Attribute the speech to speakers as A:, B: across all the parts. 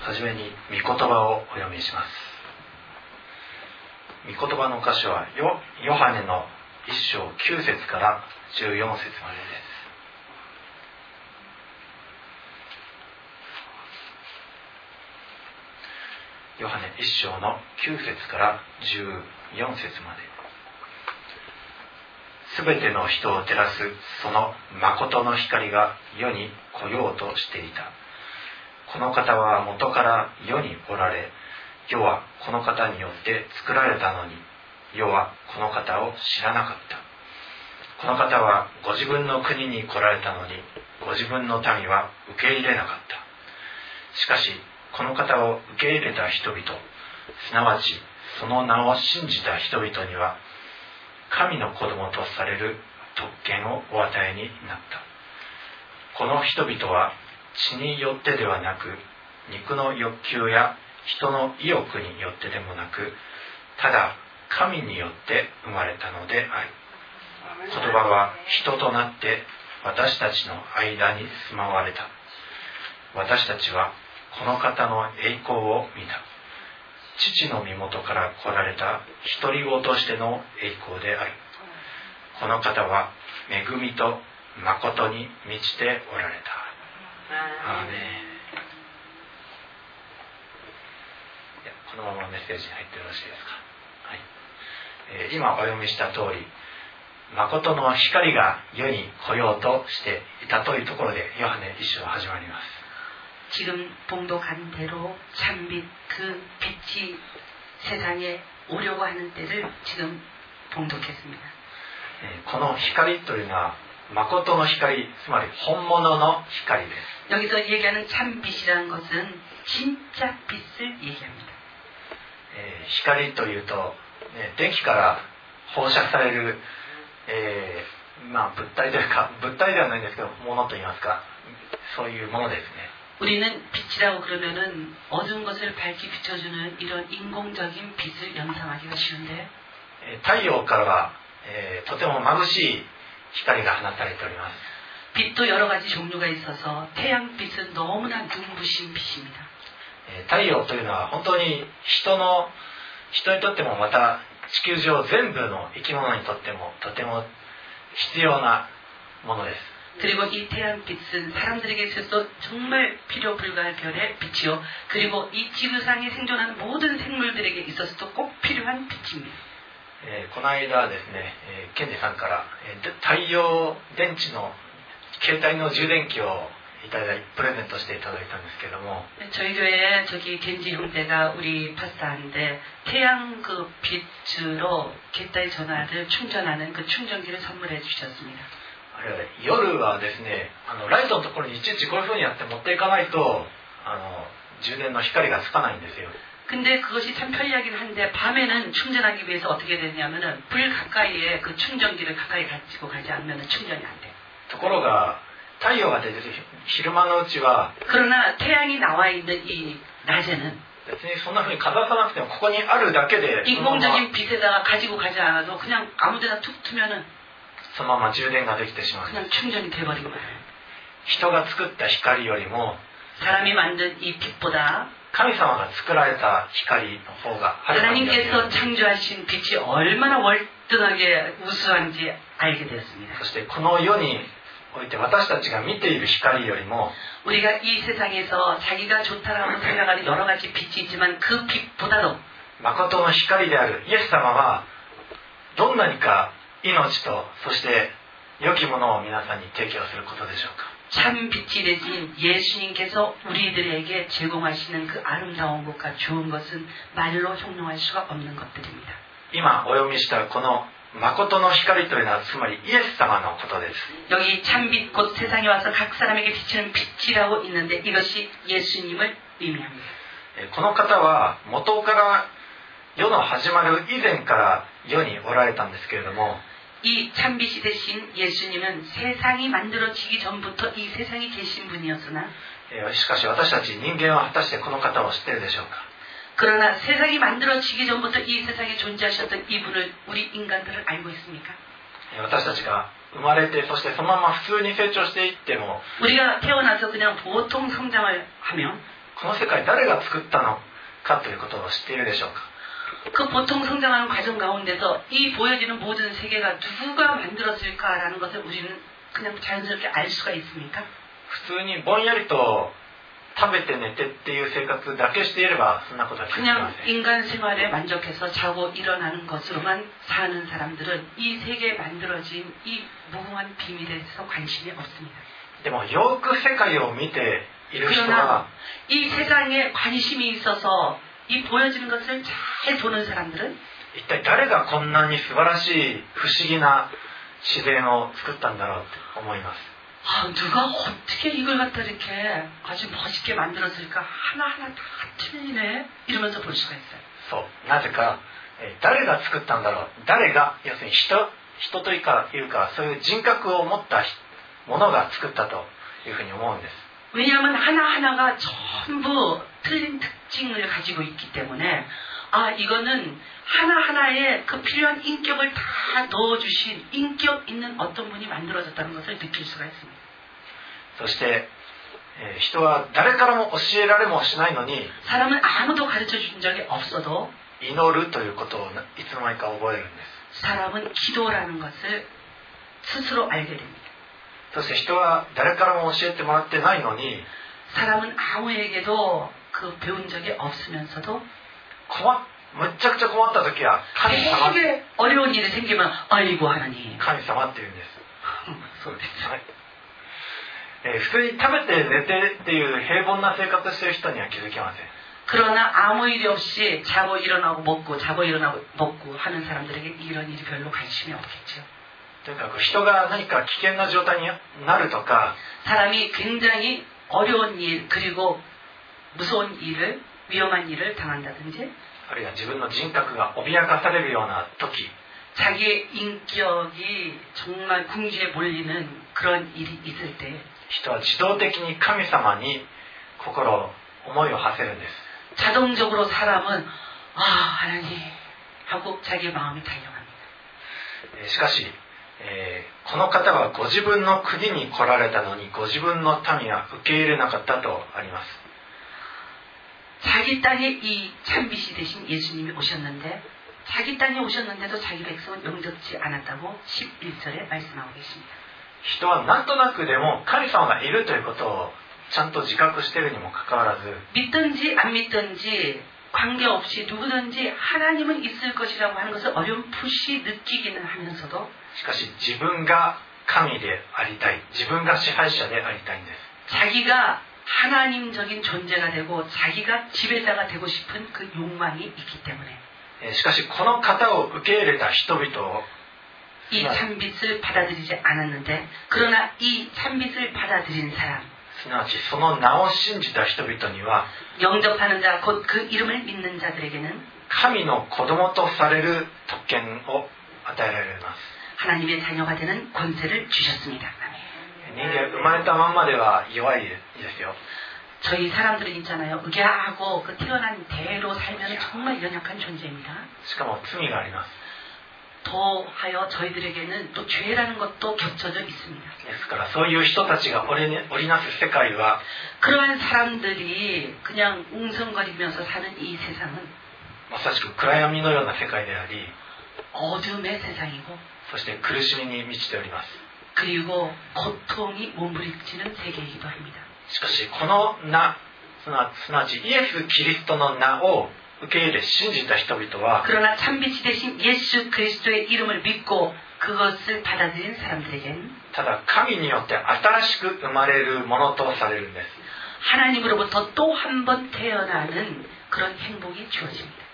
A: はじめに御言葉をお読みします御言葉の箇所はヨヨハネの1章9節から14節までですヨハネ1章の9節から14節まですべての人を照らすその誠の光が世に来ようとしていたこの方は元から世におられ世はこの方によって作られたのに世はこの方を知らなかったこの方はご自分の国に来られたのにご自分の民は受け入れなかったしかしこの方を受け入れた人々すなわちその名を信じた人々には神の子供とされる特権をお与えになったこの人々は血によってではなく肉の欲求や人の意欲によってでもなくただ神によって生まれたのである言葉は人となって私たちの間に住まわれた私たちはこの方の栄光を見た父の身元から来られた独り子としての栄光であるこの方は恵みと誠に満ちておられたアーメンいやこのままのメッセージに入ってよろしいですか、はいえー今お読みした通り誠の光が世に来ようとしていたというところでヨハネ一章始まります
B: 지금 봉독한 대로 찬빛 그 빛이 세상에 오려고 하는 때를 지금 봉독했습니다.
A: えーこの光というのは誠の光つまり本物の光です
B: 여기서 얘기하는 찬빛이라는 것은 진짜 빛을 얘기합니다.
A: えー光というと、ね、電気から放射される、えーまあ、物体というか物体ではないんですけどものといいますかそういうものですね
B: 우리는 빛이라고 그러면은 어두운 것을 밝게 비춰주는 이런 인공적인 빛을 연상하기가 쉬운데
A: えー太陽からは、えーとても眩しい光が放たれております
B: 빛도 여러 가지 종류가 있어서 태양빛은 너무나 눈부신 빛입니다.
A: えー太陽というのは本当に人の人にとってもまた地球上全部の生き物にとってもとても必要なものです
B: 그리고 이 태양빛은 사람들에게 있어서 정말 필요 불가할 결의 빛이요. 그리고 이 지구상에 생존하는 모든 생물들에게 있어서도 꼭 필요한 빛입니다.
A: えーこの間ですね、えーケンジさんから、えーで太陽電池の携帯の充電器をいただいプレゼントしていただいたんですけども、
B: 저희 교회에 저기 겐지 형제가 우리 파스타인데 태양 그 빛으로 携帯전화를 충전하는 그 충전기를 선물해 주셨습니다.
A: あれは夜はですねあのライトのところにいちいちこういうふうにやって持っていかないとあの充電の光がつかないんですよ
B: 근데 그것이 참 편리하긴 한데 밤에는 충전하기 위해서 어떻게 되냐면은 불 가까이에 그 충전기를 가까이 가지고 가지 않으면 충전이 안 돼요.
A: ところが太陽が出てるひ昼間のうちは
B: 그러나 태양이 나와 있는 이 낮에는
A: 別にそんなふうにかざさなくてもここにあるだけでそのまま
B: 인공적인 빛에다가 가지고 가지 않아도 그냥 아무데나 툭 트면은
A: そのまま充電ができてしまう
B: 그냥 충전이 돼버린 거예요.
A: 人が作った光よりも
B: 사람이 만든 이 빛보다
A: 神様が作られた光の方がはるかに良い
B: 하나님께서 창조하신 빛이 얼마나 월등하게 우수한지 알게 되었습니다.
A: そしてこの世において私たちが見ている光よりも
B: 우리가 이 세상에서 자기가 좋다라고 생각하는 여러 가지 빛이 있지만 그 빛보다도
A: 誠の光であるイエス様はどんなにか命とそして良きものを皆さんに提供することでしょうか
B: 참 빛이 되신 예수님께서 우리들에게 제공하시는 그 아름다운 것과 좋은 것은 말로 형용할 수가 없는 것들입니다.
A: 今お読みしたこの誠の光というのはつまりイエス様のことです
B: 여기 찬빛 곧 세상에 와서 각 사람에게 비치는 빛이라고 있는데 이것이 예수님을 의미합니다.
A: えーこの方は元から世の始まる以前から世におられたんですけれども
B: 이 찬빛이 되신 예수님은 세상이 만들어지기 전부터 이 세상에 계신 분이었으나
A: えーしかし私たち人間は果たしてこの方を知っているでしょうか
B: 그러나 세상이 만들어지기 전부터 이 세상에 존재하셨던 이분을 우리 인간들은 알고 있습니까?
A: えー私たちが生まれてそしてそのまま普通に成長していっても
B: 우리가 태어나서 그냥 보통 성장을 하면
A: この世界誰が作ったのかということを知っているでしょうか
B: 그 보통 성장하는 과정 가운데서 이 보여지는 모든 세계가 누가 만들었을까라는 것을 우리는 그냥 자연스럽게 알 수가 있습니까?
A: 普通にぼんやりと食べて寝てっていう生活だけしていればそんなことは気づきま
B: 그냥
A: せん
B: 인간 생활에 만족해서 자고 일어나는 것으로만 사는 사람들은 이 세계에 만들어진 이 무궁한 비밀에 대해서 관심이 없습니다.
A: でもよく世界を見ている人は
B: 이 세상에 관심이 있어서 이 보여지는 것을 잘 보는 사람들은
A: 一体誰がこんなに素晴らしい不思議な自然を作ったんだろうと思います
B: 아, 누가 어떻게 이걸 갖다 이렇게 아주 멋있게 만들었을까 하나하나 다 틀리네 이러면서 볼 수가 있어요.
A: そうなぜかえー誰が作ったんだろう誰が要するに人人というかいうかそういう人格を持ったひものが作ったというふうに思うんです
B: 왜냐하면 하나하나가 전부 틀린 특징을 가지고 있기 때문에 아 이거는 하나하나에 그 필요한 인격을 다 넣어주신 인격 있는 어떤 분이 만들어졌다는 것을 느낄 수가 있습니다.
A: そして、えー人は誰からも教えられもしないのに
B: 사람은 아무도 가르쳐 준 적이 없어도
A: 祈るということをないつの間にか覚えるんです
B: 사람은 기도라는 것을 스스로 알게 됩니다.
A: そして人は誰からも教えてもらってないのに
B: 사람은 아무에게도 그 배운 적이 없으면서도
A: 困っむっちゃくちゃ困った時は神様
B: 되게 어려운 일이 생기면 아이고 하나님
A: 神様って言うんです
B: そうです
A: はいえー普通に食べて寝てっていう平凡な生活してる人には気づきません
B: 그러나 아무 일이 없이 자고 일어나고 먹고 자고 일어나고 먹고 하는 사람들에게 이런 일이 별로 관심이 없겠죠.
A: とにかく人が何か危険な状態になるとか
B: 사람이 굉장히 어려운 일 그리고 무서운 일을 위험한 일을 당한다든지
A: あるいは自分の人格が脅かされるような時
B: 자기의 인격이 정말 궁지에 몰리는 그런 일이 있을 때
A: 人は自動的に神様に心思いを馳せるんです
B: 자동적으로 사람은 아 하나님 하고 자기 마음이 달려갑니다.
A: えーしかし、えーこの方はご自分の国に来られたのにご自分の民は受け入れなかったとあります
B: 자기 땅에 이 참빛이 되신 예수님이 오셨는데 자기 땅에 오셨는데도 자기 백성은 영접지 않았다고 11절에 말씀하고 계십니다.
A: 人はなんとなくでも神様がいるということをちゃんと自覚しているにもかかわらず
B: 믿든지 안 믿든지 관계없이 누구든지 하나님은 있을 것이라고 하는 것을 어렴풋이 느끼기는 하면서도
A: しかし自分が神でありたい自分が支配者でありたいんです
B: 자기가 하나님적인 존재가 되고 자기가 지배자가 되고 싶은 그 욕망이 있기 때문에
A: えーしかしこの方を受け入れた人々を
B: 이
A: 네.
B: 참빛을 받아들이지 않았는데 그러나 이 참빛을 받아들인 사람
A: すなわちその名を信じた人々には
B: 영접하는 자, 곧 그 이름을 믿는 자들에게는
A: 神の子供とされる特権を与えられます
B: 하나님의 자녀가 되는 권세를 주셨습니다. 아멘.
A: 人間生まれたまんまでは弱いですよ
B: 저희 사람들은 있잖아요. 의아하고 그 태어난 대로 살면 정말 연약한 존재입니다.
A: しかも罪があります
B: 더하여 저희들에게는 또 죄라는 것도 겹쳐져 있습니다.
A: ですからそういう人たちが織りね織りなす世界は
B: 그러한 사람들이 그냥 웅성거리면서 사는 이 세상은
A: まさしく暗闇のような世界であり
B: 어둠의 세상이고
A: そして苦しみに満ちております
B: 그리고 고통이 몸부림치는 세계이기도 합니다.
A: しかしこの名すなすなわちイエス・キリストの名を受け入れ信じた人々は
B: 그러나 참빛이 되신 예수 그리스도의 이름을 믿고 그것을 받아들인 사람들에겐
A: ただ神によって新しく生まれるものとされるんです
B: 하나님으로부터 또 한 번 태어나는 그런 행복이 주어집니다.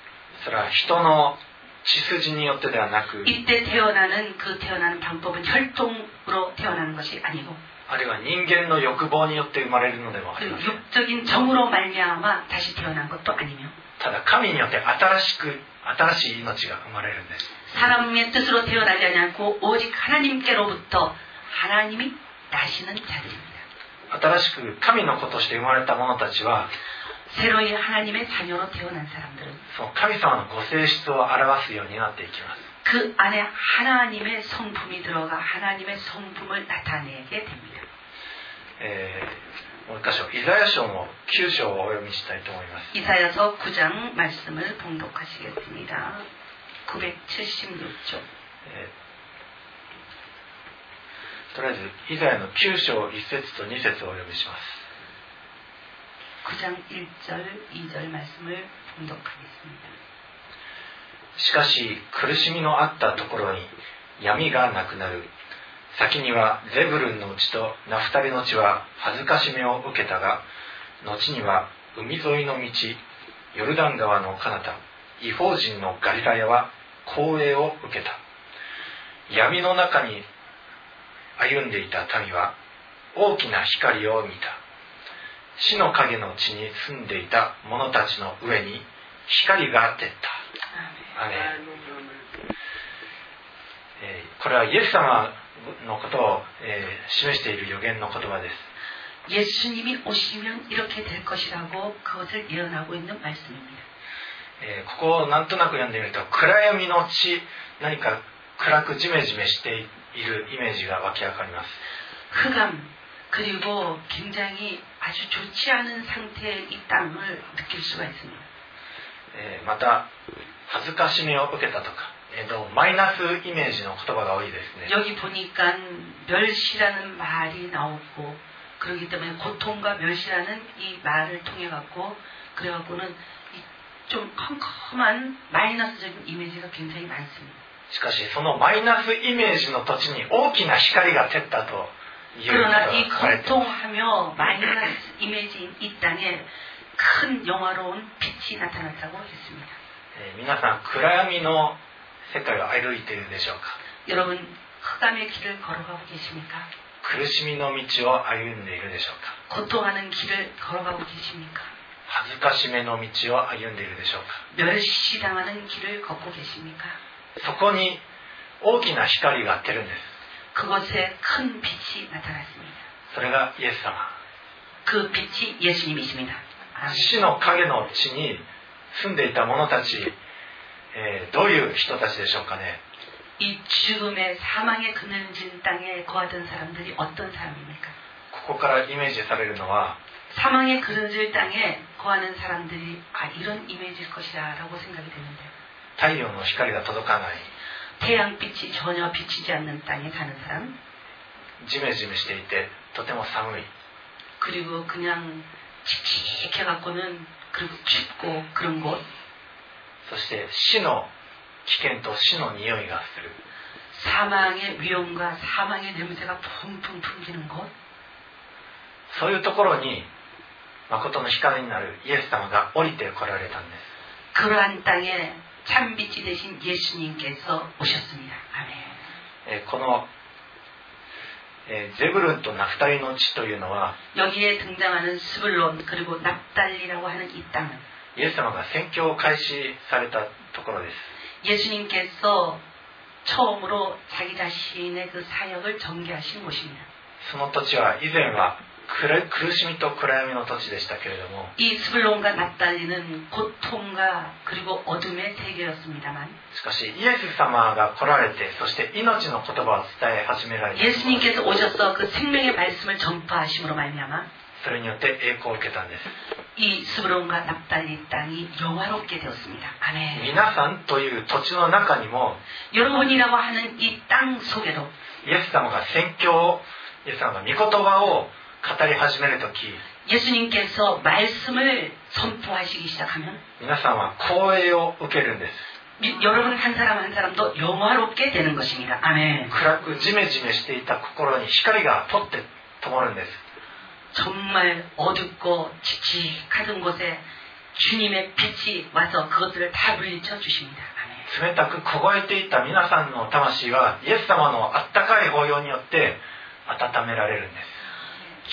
A: それは人の血筋によってではなく
B: 이때 태어나는 그 태어나는 방법은 혈통으로 태어나는 것이 아니고
A: あるいは人間の欲望によって生まれるのでもありま
B: 그
A: せん
B: 육적인 정으로 말미암아 다시 태어난 것도 아니며
A: ただ神によって新しく新しい命が生まれるんです
B: 사람의 뜻으로 태어나지 않고 오직 하나님께로부터 하나님이 나시는 자들입니다.
A: 新しく神の子として生まれた者たちは
B: 새로이 하나님의 자녀로 태어난 사람들은
A: その神様のご性質を表すようになっていきます
B: 그 안에 하나님의 성품이 들어가 하나님의 성품을 나타내게 됩니다.
A: えもう一箇所、イザヤ書の9章をお読みしたいと思います。
B: 이사야서 9장 말씀을 봉독하시겠습니다. 976쪽.
A: えーとりあえず、イザヤの9章1節と2節をお読みします。
B: 9장 1절, 2절 말씀을 봉독하겠습니다.
A: しかし苦しみのあったところに闇がなくなる先にはゼブルンの地とナフタリの地は恥ずかしめを受けたが後には海沿いの道ヨルダン川の彼方異邦人のガリラヤは光栄を受けた闇の中に歩んでいた民は大きな光を見た死の影の地に住んでいた者たちの上に光が照ったアーメンえーこれはイエス様のことを、えー示している予言の言葉です、
B: 예수님이 오시면 이렇게 될 것이라고 그것을 예언하고 있는 말씀입니다.
A: えーここをなんとなく読んでみると暗闇の地何か暗くジメジメしているイメージが湧き上がります、
B: 흑암 그리고 굉장히 아주 좋지 않은 상태의 이 땅을 느낄 수가 있습니다.
A: えーまた恥ずかしめを受けたとか、えーとマイナスイメージの言葉が多いですね
B: 여기 보니까 멸시라는 말이 나오고 그러기 때문에 고통과 멸시라는 이 말을 통해 갖고 그래 갖고는 좀 컴컴한 마이너스적인 이미지가 굉장히 많습니다.
A: しかしそのマイナスイメージの土地に大きな光が照ったということが
B: 그러나 이
A: 書かれています
B: 고통하며 마이너스 이미지인 이 땅에 큰 영화로운 빛이 나타났다고 했습니다.
A: えー皆さん暗闇の世界を歩いているでしょうか
B: 여러분 흑암의 길을 걸어가고 계십니까?
A: 苦しみの道を歩んでいるでしょうか
B: 고통하는 길을 걸어가고 계십니까?
A: 恥ずかしめの道を歩んでいるでしょうか
B: 멸시당하는 길을 걷고 계십니까?
A: そこに大きな光が照るんです
B: 그것에 큰 빛이 나타났습니다.
A: それがイエス様
B: 그 빛이 예수님이십니다. 아멘.
A: 死の影の地に住んでいた者たち、えーどういう人たちでしょうかね
B: 이 죽음의 사망의 그늘진 땅에 거하던 사람들이 어떤 사람입니까?
A: ここからイメージされるのは
B: 사망의 그늘진 땅에 거하는 사람들이 아 이런 이미지일 것이라라고 생각이 되는데
A: 太陽の光が届かない
B: 태양빛이 전혀 비치지 않는 땅에 사는 사람
A: ジメジメしていてとても寒い
B: 그리고 그냥 칙칙해 갖고는 그리고 춥고 그런 곳
A: そして死の危険と死の匂いがする
B: 사망의 위험과 사망의 냄새가 풍풍 풍기는 곳
A: そういうところに誠の光になるイエス様が降りてこられたんです
B: 그러한 땅에 참빛이 되신 예수님께서 오셨습니다. 아멘.
A: えーこの、えーゼブルンとナフタリの地というのは
B: 여기에 등장하는 스불론 그리고 납달리라고 하는 이 땅은
A: イエス様が宣教を開始されたところです
B: 예수님께서 처음으로 자기 자신의 그 사역을 전개하신 곳입니다.
A: その土地は以前は暗苦しみと暗闇の土地でしたけれども
B: 이 스불론과 납달리는 고통과 그리고 어둠의 세계였습니다만
A: しかしイエス様が来られてそして命の言葉を伝え始められた
B: 예수님께서 오셔서 그 생명의 말씀을 전파하심으로 말미암아
A: それによって栄光を受けたんです
B: 이 스불론과 납달리 땅이 영화롭게 되었습니다. 아멘.
A: 皆さんという土地の中にも
B: 여러분이라고 하는 이 땅 속에도
A: イエス様が宣教をイエス様が御言葉を語り始めるとき
B: 예수님께서 말씀을 선포하시기 시작하면
A: 皆さんは光栄を受けるんです
B: 미- 여러분 한 사람 한 사람도 영화롭게 되는 것입니다. 아멘.
A: 暗くジメジメしていた心に光がポッて灯るんです
B: 정말 어둡고 칙칙하던 곳에 주님의 빛이 와서 그것들을 다 물리쳐 주십니다. 아멘.
A: 冷たく凍えていた皆さんの魂はイエス様のあったかい抱擁によって温められるんです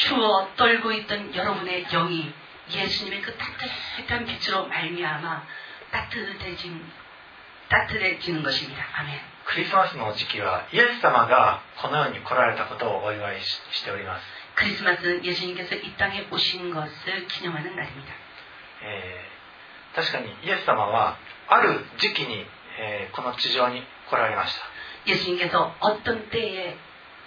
B: 추워 떨고 있던 여러분의 영이 예수님의 그 따뜻한 빛으로 말미암아 따뜻해진 따뜻해지는 것입니다. 아멘.
A: クリスマスの時期はイエス様がこの世に来られたことをお祝いししております、
B: 크리스마스는 예수님께서 이 땅에 오신 것을 기념하는 날입니다.
A: えー確かにイエス様はある時期に、えーこの地上に来られました、
B: 예수님께서 어떤 때에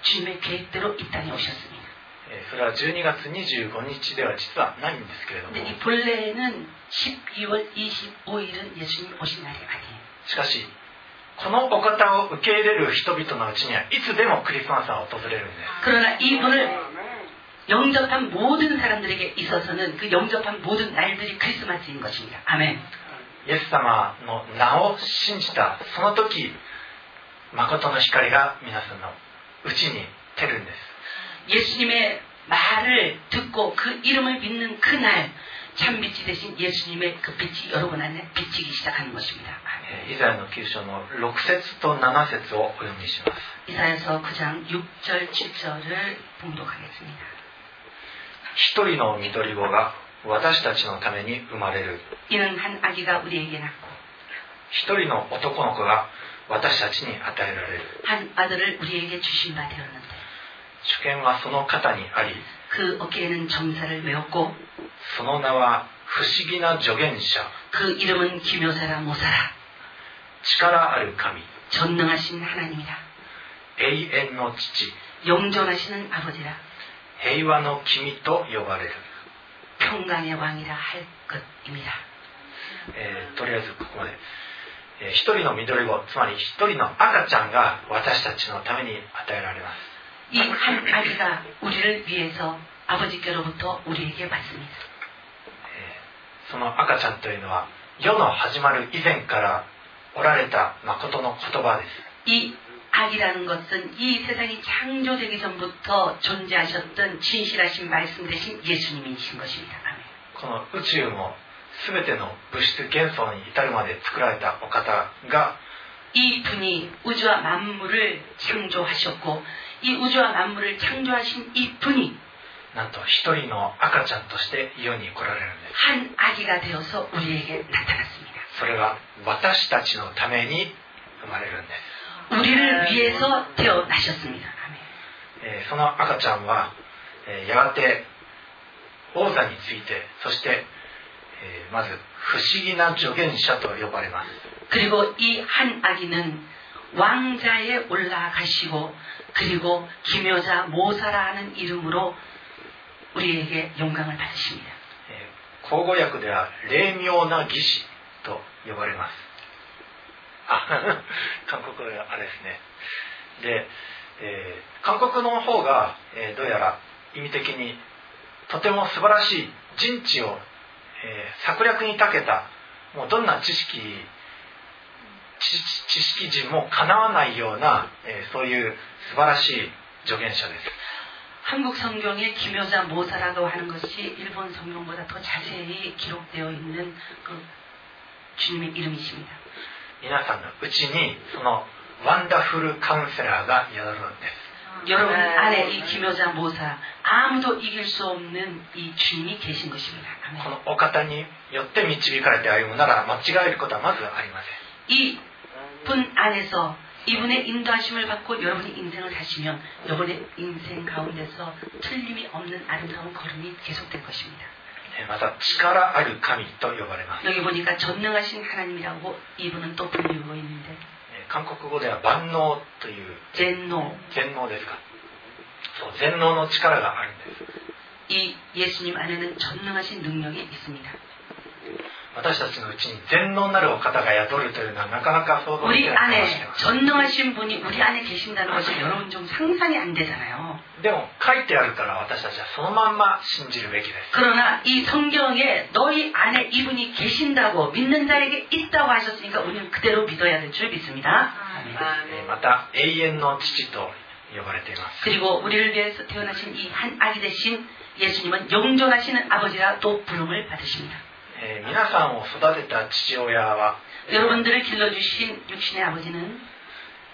B: 주님의 계획대로 이 땅에 오셨습니다.
A: ええーそれは12月25日では実はないんですけれども
B: 근데 이 본래는 12월 25일은 예수님 오신 날이 아니에요.
A: しかしこのお方を受け入れる人々のうちにはいつでもクリスマスは訪れるんです
B: 그러나 이분을 영접한 모든 사람들에게 있어서는 그 영접한 모든 날들이 크리스마스인 것입니다. 아멘.
A: イエス様の名を信じたその時誠の光が皆さんのうちに照るんです
B: 예수님의 말을 듣고 그 이름을 믿는 그날 참빛이 대신 예수님의 그 빛이 여러분 안에 비치기 시작하는 것입니다. 아멘.
A: えーイザヤの九章の6節と7節をお読みします
B: 이사야서 9장 6절 7절을 봉독하겠습니다.
A: 一人の緑子が私たちのために生まれる
B: 이는 한 아기가 우리에게 낳고
A: 一人の男の子が私たちに与えられる
B: 한 아들을 우리에게 주신 바 되었는데
A: 主権はその方にあり
B: 그 어깨에는 정사를 메었고
A: その名は不思議な助言者
B: 그 이름은 기묘사라 모사라
A: 力ある神
B: 전능하신 하나님이라
A: 永遠の父
B: 영존하시는 아버지라
A: 平和の君と呼ばれる、
B: 평강의 왕이라 할 것입니다.
A: えーとりあえずここまで、えー一人の緑子つまり一人の赤ちゃんが私たちのために与えられます
B: 이 한 아기가 우리를 위해서 아버지께로부터 우리에게 받습니다.
A: その赤ちゃんというのは世の始まる以前からおられた誠の言葉です
B: 이 악이라는 것은 이 세상이 창조되기 전부터 존재하셨던 진실하신 말씀 되신 예수님이신 것입니다. 아멘.
A: この宇宙も全ての物質幻想に至るまで作られたお方が
B: 이 분이 우주와 만물을 창조하셨고 이 우주와 만물을 창조하신 이 분이
A: なんと一人の赤ちゃんとして世に来られるんで
B: 한 아기가 되어서 우리에게 나타났습니다.
A: すそれが私たちのために生まれるんで
B: 우리를 위해서 태어나셨습니다. 아멘.
A: す、えーその赤ちゃんは、えーやがて王座についてそして、えーまず不思議な助言者と呼ばれます
B: 그리고 이 한 아기는 왕자에 올라가시고 그리고 기묘자 모사라 하는 이름으로 우리에게 영광을 받으십니다.
A: えー口語訳では霊妙な義士と呼ばれますあ 韓国語ではあれですねで、えー韓国の方が、えーどうやら意味的にとても素晴らしい人知を、えー策略に長けたもうどんな知識知知識人もかなわないような、えーそういう素晴らしい助言者です
B: 한국 성경에 기묘자 모사라고 하는 것이 일본 성경보다 더 자세히 기록되어 있는 그 주님의 이름이십니다.
A: 皆さんのうちにそのワンダフルカウンセラーが宿るんです
B: 여러분 안에 이 기묘자 모사 아무도 이길 수 없는 이 주님이 계신 것입니다.
A: こ
B: 아멘.
A: のお方によって導かれて歩むなら間違えることはまずありません
B: 이 분 안에서 이분의 인도하심을 받고 여러분이 인생을 사시면 여러분의 인생 가운데서 틀림이 없는 아름다운 걸음이 계속될 것입니다.
A: えーまた力ある神と呼ばれます
B: 여기 보니까 전능하신 하나님이라고 이분은 또 불리우고 있는데
A: えー韓国語では万能という
B: 젠노
A: 全能ですかそう全能の力があるんです
B: 이 예수님 안에는 전능하신 능력이 있습니다.
A: 私たちのうちに全能なるお方が宿るというのはなかなか想像でき
B: 우리
A: ないかもしれ
B: 안에
A: ません
B: 전능하신 분이 우리 안에 계신다는 것이 여러분 좀 상상이 안 되잖아요.
A: でも書いてあるから私たちはそのまんま信じるべきです
B: 그러나 이 성경에 너희 안에 이분이 계신다고 믿는 자에게 있다고 하셨으니까 우리는 그대로 믿어야 될 줄 믿습니다.
A: えーまた永遠の父と呼ばれています
B: 그리고 우리를 위해서 태어나신 이 한 아기 대신 예수님은 영존하시는 아버지라 또 부름을 받으십니다.
A: えー皆さんを育てた父親は
B: 여러분들을 길러주신 육신의 아버지는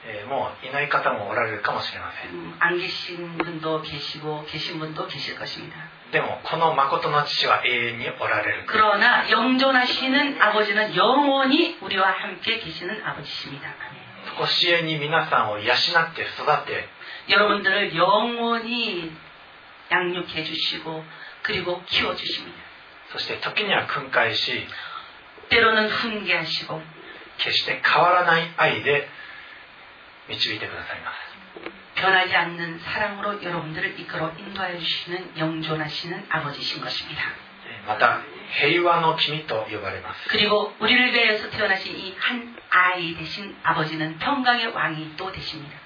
A: えーもういない方もおられるかもしれません
B: 음, 안 계신 분도 계시고 계신 분도 계실 것입니다.
A: でもこの誠の父は永遠におられる
B: 그러나 영존하시는 아버지는 영원히 우리와 함께 계시는 아버지십니다. 아멘.
A: としえに皆さんを養って育て
B: 여러분들을 영원히 양육해 주시고 그리고 키워 주십니다.
A: そして時には訓戒し
B: 때로는 훈계하시고
A: 決して変わらない愛で導いてくださいます
B: 변하지 않는 사랑으로 여러분들을 이끌어 인도하여 주시는 영존하시는 아버지신 것입니다.
A: また平和の君と呼ばれます
B: 그리고 우리를 위하여서 태어나신 이 한 아이 되신 아버지는 평강의 왕이 또 되십니다.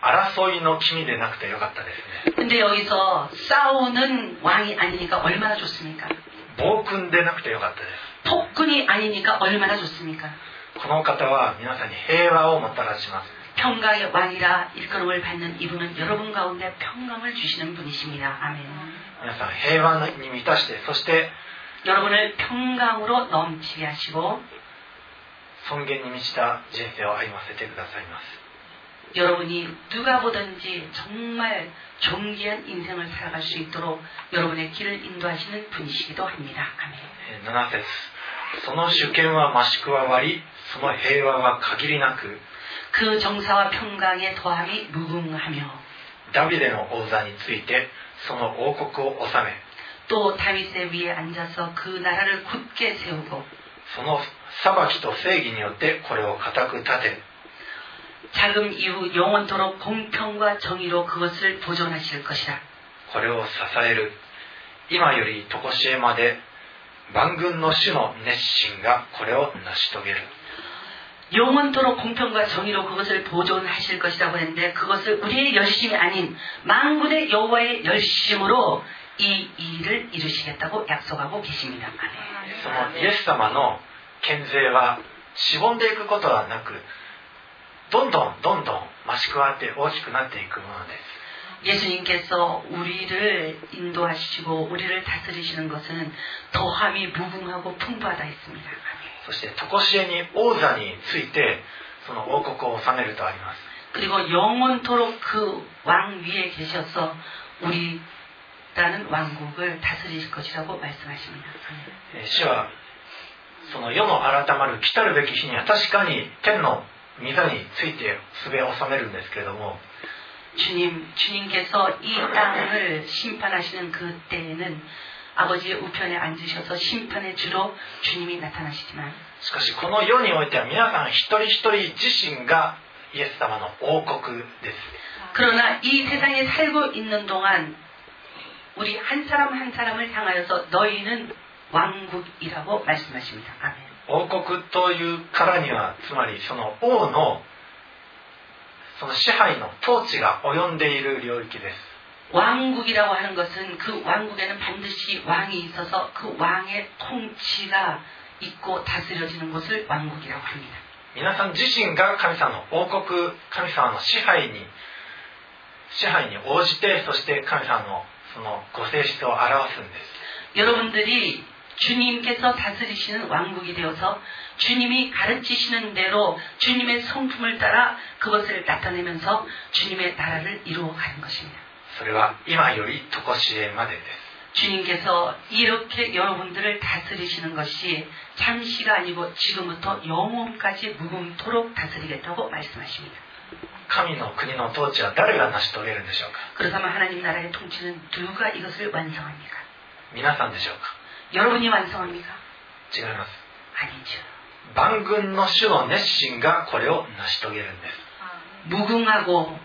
A: 争いの君でなくてよかったですね
B: 근데 여기서 싸우는 왕이 아니니까 얼마나 좋습니까?
A: 暴君でなくてよかったで
B: 폭군이 아니니까 얼마나 좋습니까?
A: すこの方は皆さんに平和をもたらします
B: 평강의 왕이라 일컬음을 받는 이분은 여러분 가운데 평강을 주시는 분이십니다. 아멘.
A: 皆さん平和に満たしてそして
B: 여러분을 평강으로 넘치게 하시고
A: 尊厳に満ちた人生を歩ませてくださいます
B: 여러분이 누가 보든지 정말 존귀한 인생을 살아갈 수 있도록 여러분의 길을 인도하시는 분이시기도 합니다. 아멘.
A: えー7節その主権は増し加わりその平和は限りなく
B: 그 정사와 평강의 도함이 무궁하며
A: ダビデの王座についてその王国を治め
B: 또 다윗의 위에 앉아서 그 나라를 굳게 세우고
A: その裁きと正義によってこれを固く立て
B: 자금 이후 영원토록 공평과 정의로 그것을 보존하실 것이라.
A: これを支える今より常しえまで万軍の主の熱心がこれを成し遂げる
B: 영원토록 공평과 정의로 그것을 보존하실 것이라고 했는데 그것을 우리의 열심이 아닌 만군의 여호와의 열심으로 이 일을 이루시겠다고 약속하고 계십니다. 아멘.
A: そのイエス様の健全はしぼんでいくことはなくどんどんどんどん増し加わって大きくなっていくものです
B: 예수님께서 우리를 인도하시고 우리를 다스리시는 것은 더함이 무궁하고 풍부하다 했습니다. 아멘.
A: そして常しえに王座についてその王国を治めるとあります
B: 그리고 영원토록 그 왕 위에 계셔서 우리라는 왕국을 다스리실 것이라고 말씀하십니다. 아멘.
A: えー主はその世の改まる来たるべき日には確かに天の御座についてすべを収めるんですけれども
B: 주님, 주님께서 이 땅을 심판하시는 그 때에는 아버지의 우편에 앉으셔서 심판의 주로 주님이 나타나시지만
A: しかしこの世においては皆さん一人一人自身がイエス様の王国です
B: 그러나 이 세상에 살고 있는 동안 우리 한 사람 한 사람을 향하여서 너희는 왕국이라고 말씀하십니다. 아멘.
A: 王国というからにはつまりその王のその支配の統治が及んでいる領域です
B: 왕국이라고 하는 것은 그 왕국에는 반드시 왕이 있어서 그 왕의 통치가 있고 다스려지는 것을 왕국이라고 합니다.
A: 皆さん自身が神様の王国神様の支配に支配に応じてそして神様のそのご性質を表すんです
B: 여러분들이 주님께서 다스리시는 왕국이 되어서 주님이 가르치시는 대로 주님의 성품을 따라 그것을 나타내면서 주님의 나라를 이루어가는 것입니다.
A: それは今より常しえまでです
B: 주님께서 이렇게 여러분들을 다스리시는 것이 잠시가 아니고 지금부터 영원까지 무궁토록 다스리겠다고 말씀하십니다.
A: 神の国の統治は誰が成し遂げるんでしょうか
B: 그렇다면 하나님 나라의 통치는 누가 이것을 완성합니까?
A: 皆さんでしょうか
B: 여러분이 완성합니까?
A: 違います
B: 아니죠.
A: 万軍の主の熱心がこれを成し遂げるんです
B: 무궁하고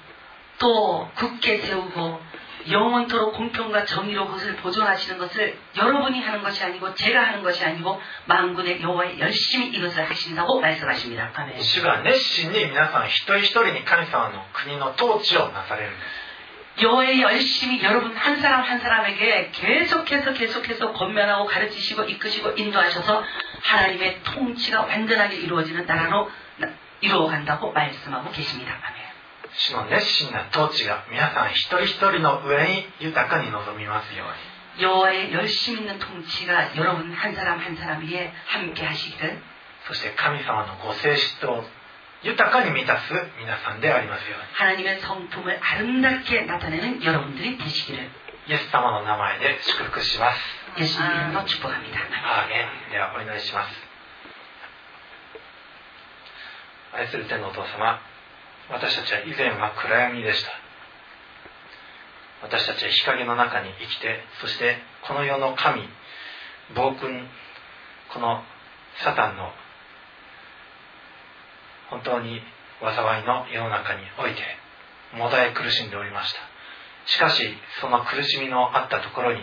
B: 또 굳게 세우고 영원토록 공평과 정의로 그것을 보존하시는 것을 여러분이 하는 것이 아니고 제가 하는 것이 아니고 만군의 여호와의 열심히 이것을 하신다고 말씀하십니다. 아멘.
A: 主が熱心に皆さん一人一人に神様の国の統治をなされるんです
B: 여호와의 열심히 여러분 한 사람 한 사람에게 계속해서 계속해서 권면하고 가르치시고 이끄시고 인도하셔서 하나님의 통치가 완전하게 이루어지는 나라로 나- 이루어간다고 말씀하고 계십니다. 아멘.
A: 主の熱心な統治が皆さん一人一人の上に豊かに臨みますように
B: 여호와의 열심 있는 통치가 여러분 한 사람 한 사람 위에 함께 하시기를
A: そして神様のご性質を豊かに満たす皆さんでありますよ
B: 하나님의 성품을 아름답게 나타내는 여러분들이 되시기를
A: うにイエス様の名前で祝福します
B: 예수님 이름으로 축복합니다.
A: アーメンではお祈りします愛する天のお父様私たちは以前は暗闇でした私たちは日陰の中に生きてそしてこの世の神暴君このサタンの本当に災いの世の中においてもだえ苦しんでおりましたしかしその苦しみのあったところに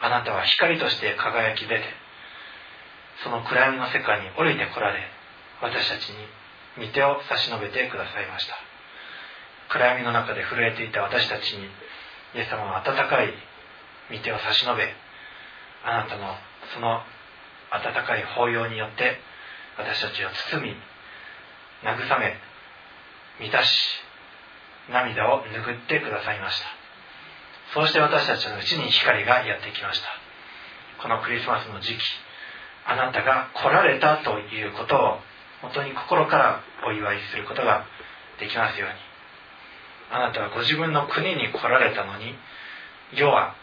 A: あなたは光として輝き出てその暗闇の世界に降りてこられ私たちに御手を差し伸べてくださいました暗闇の中で震えていた私たちにイエス様の温かい御手を差し伸べあなたのその温かい抱擁によって私たちを包み慰め満たし涙を拭ってくださいましたそうして私たちのうちに光がやってきましたこのクリスマスの時期あなたが来られたということを本当に心からお祝いすることができますようにあなたはご自分の国に来られたのに世は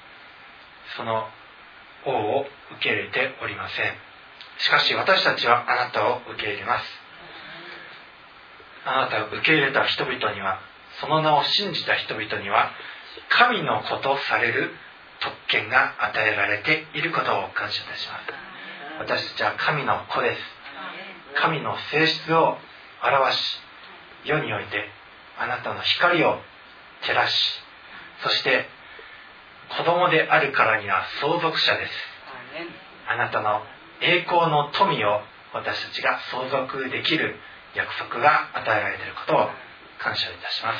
A: その王を受け入れておりませんしかし私たちはあなたを受け入れますあなたを受け入れた人々にはその名を信じた人々には神の子とされる特権が与えられていることを感謝いたします私たちは神の子です神の性質を表し世においてあなたの光を照らしそして子供であるからには相続者ですあなたの栄光の富を私たちが相続できる約束が与えられていることを感謝いたします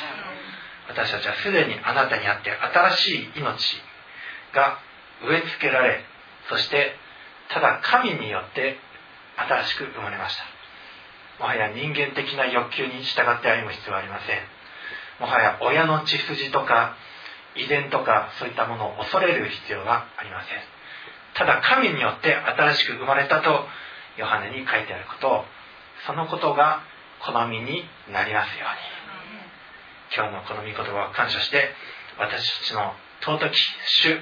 A: 私たちはすでにあなたにあって新しい命が植え付けられそしてただ神によって新しく生まれましたもはや人間的な欲求に従って歩む必要はありませんもはや親の血筋とか遺伝とかそういったものを恐れる必要はありませんただ神によって新しく生まれたとヨハネに書いてあることをそのことが好みになりますように今日のこの御言葉を感謝して私たちの尊き主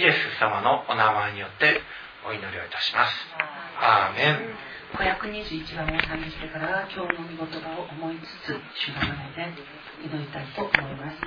A: イエス様のお名前によってお祈りをいたしますアーメン
B: 521番を賛美してから今日の御言葉を思いつつ主の前で祈りたいと思います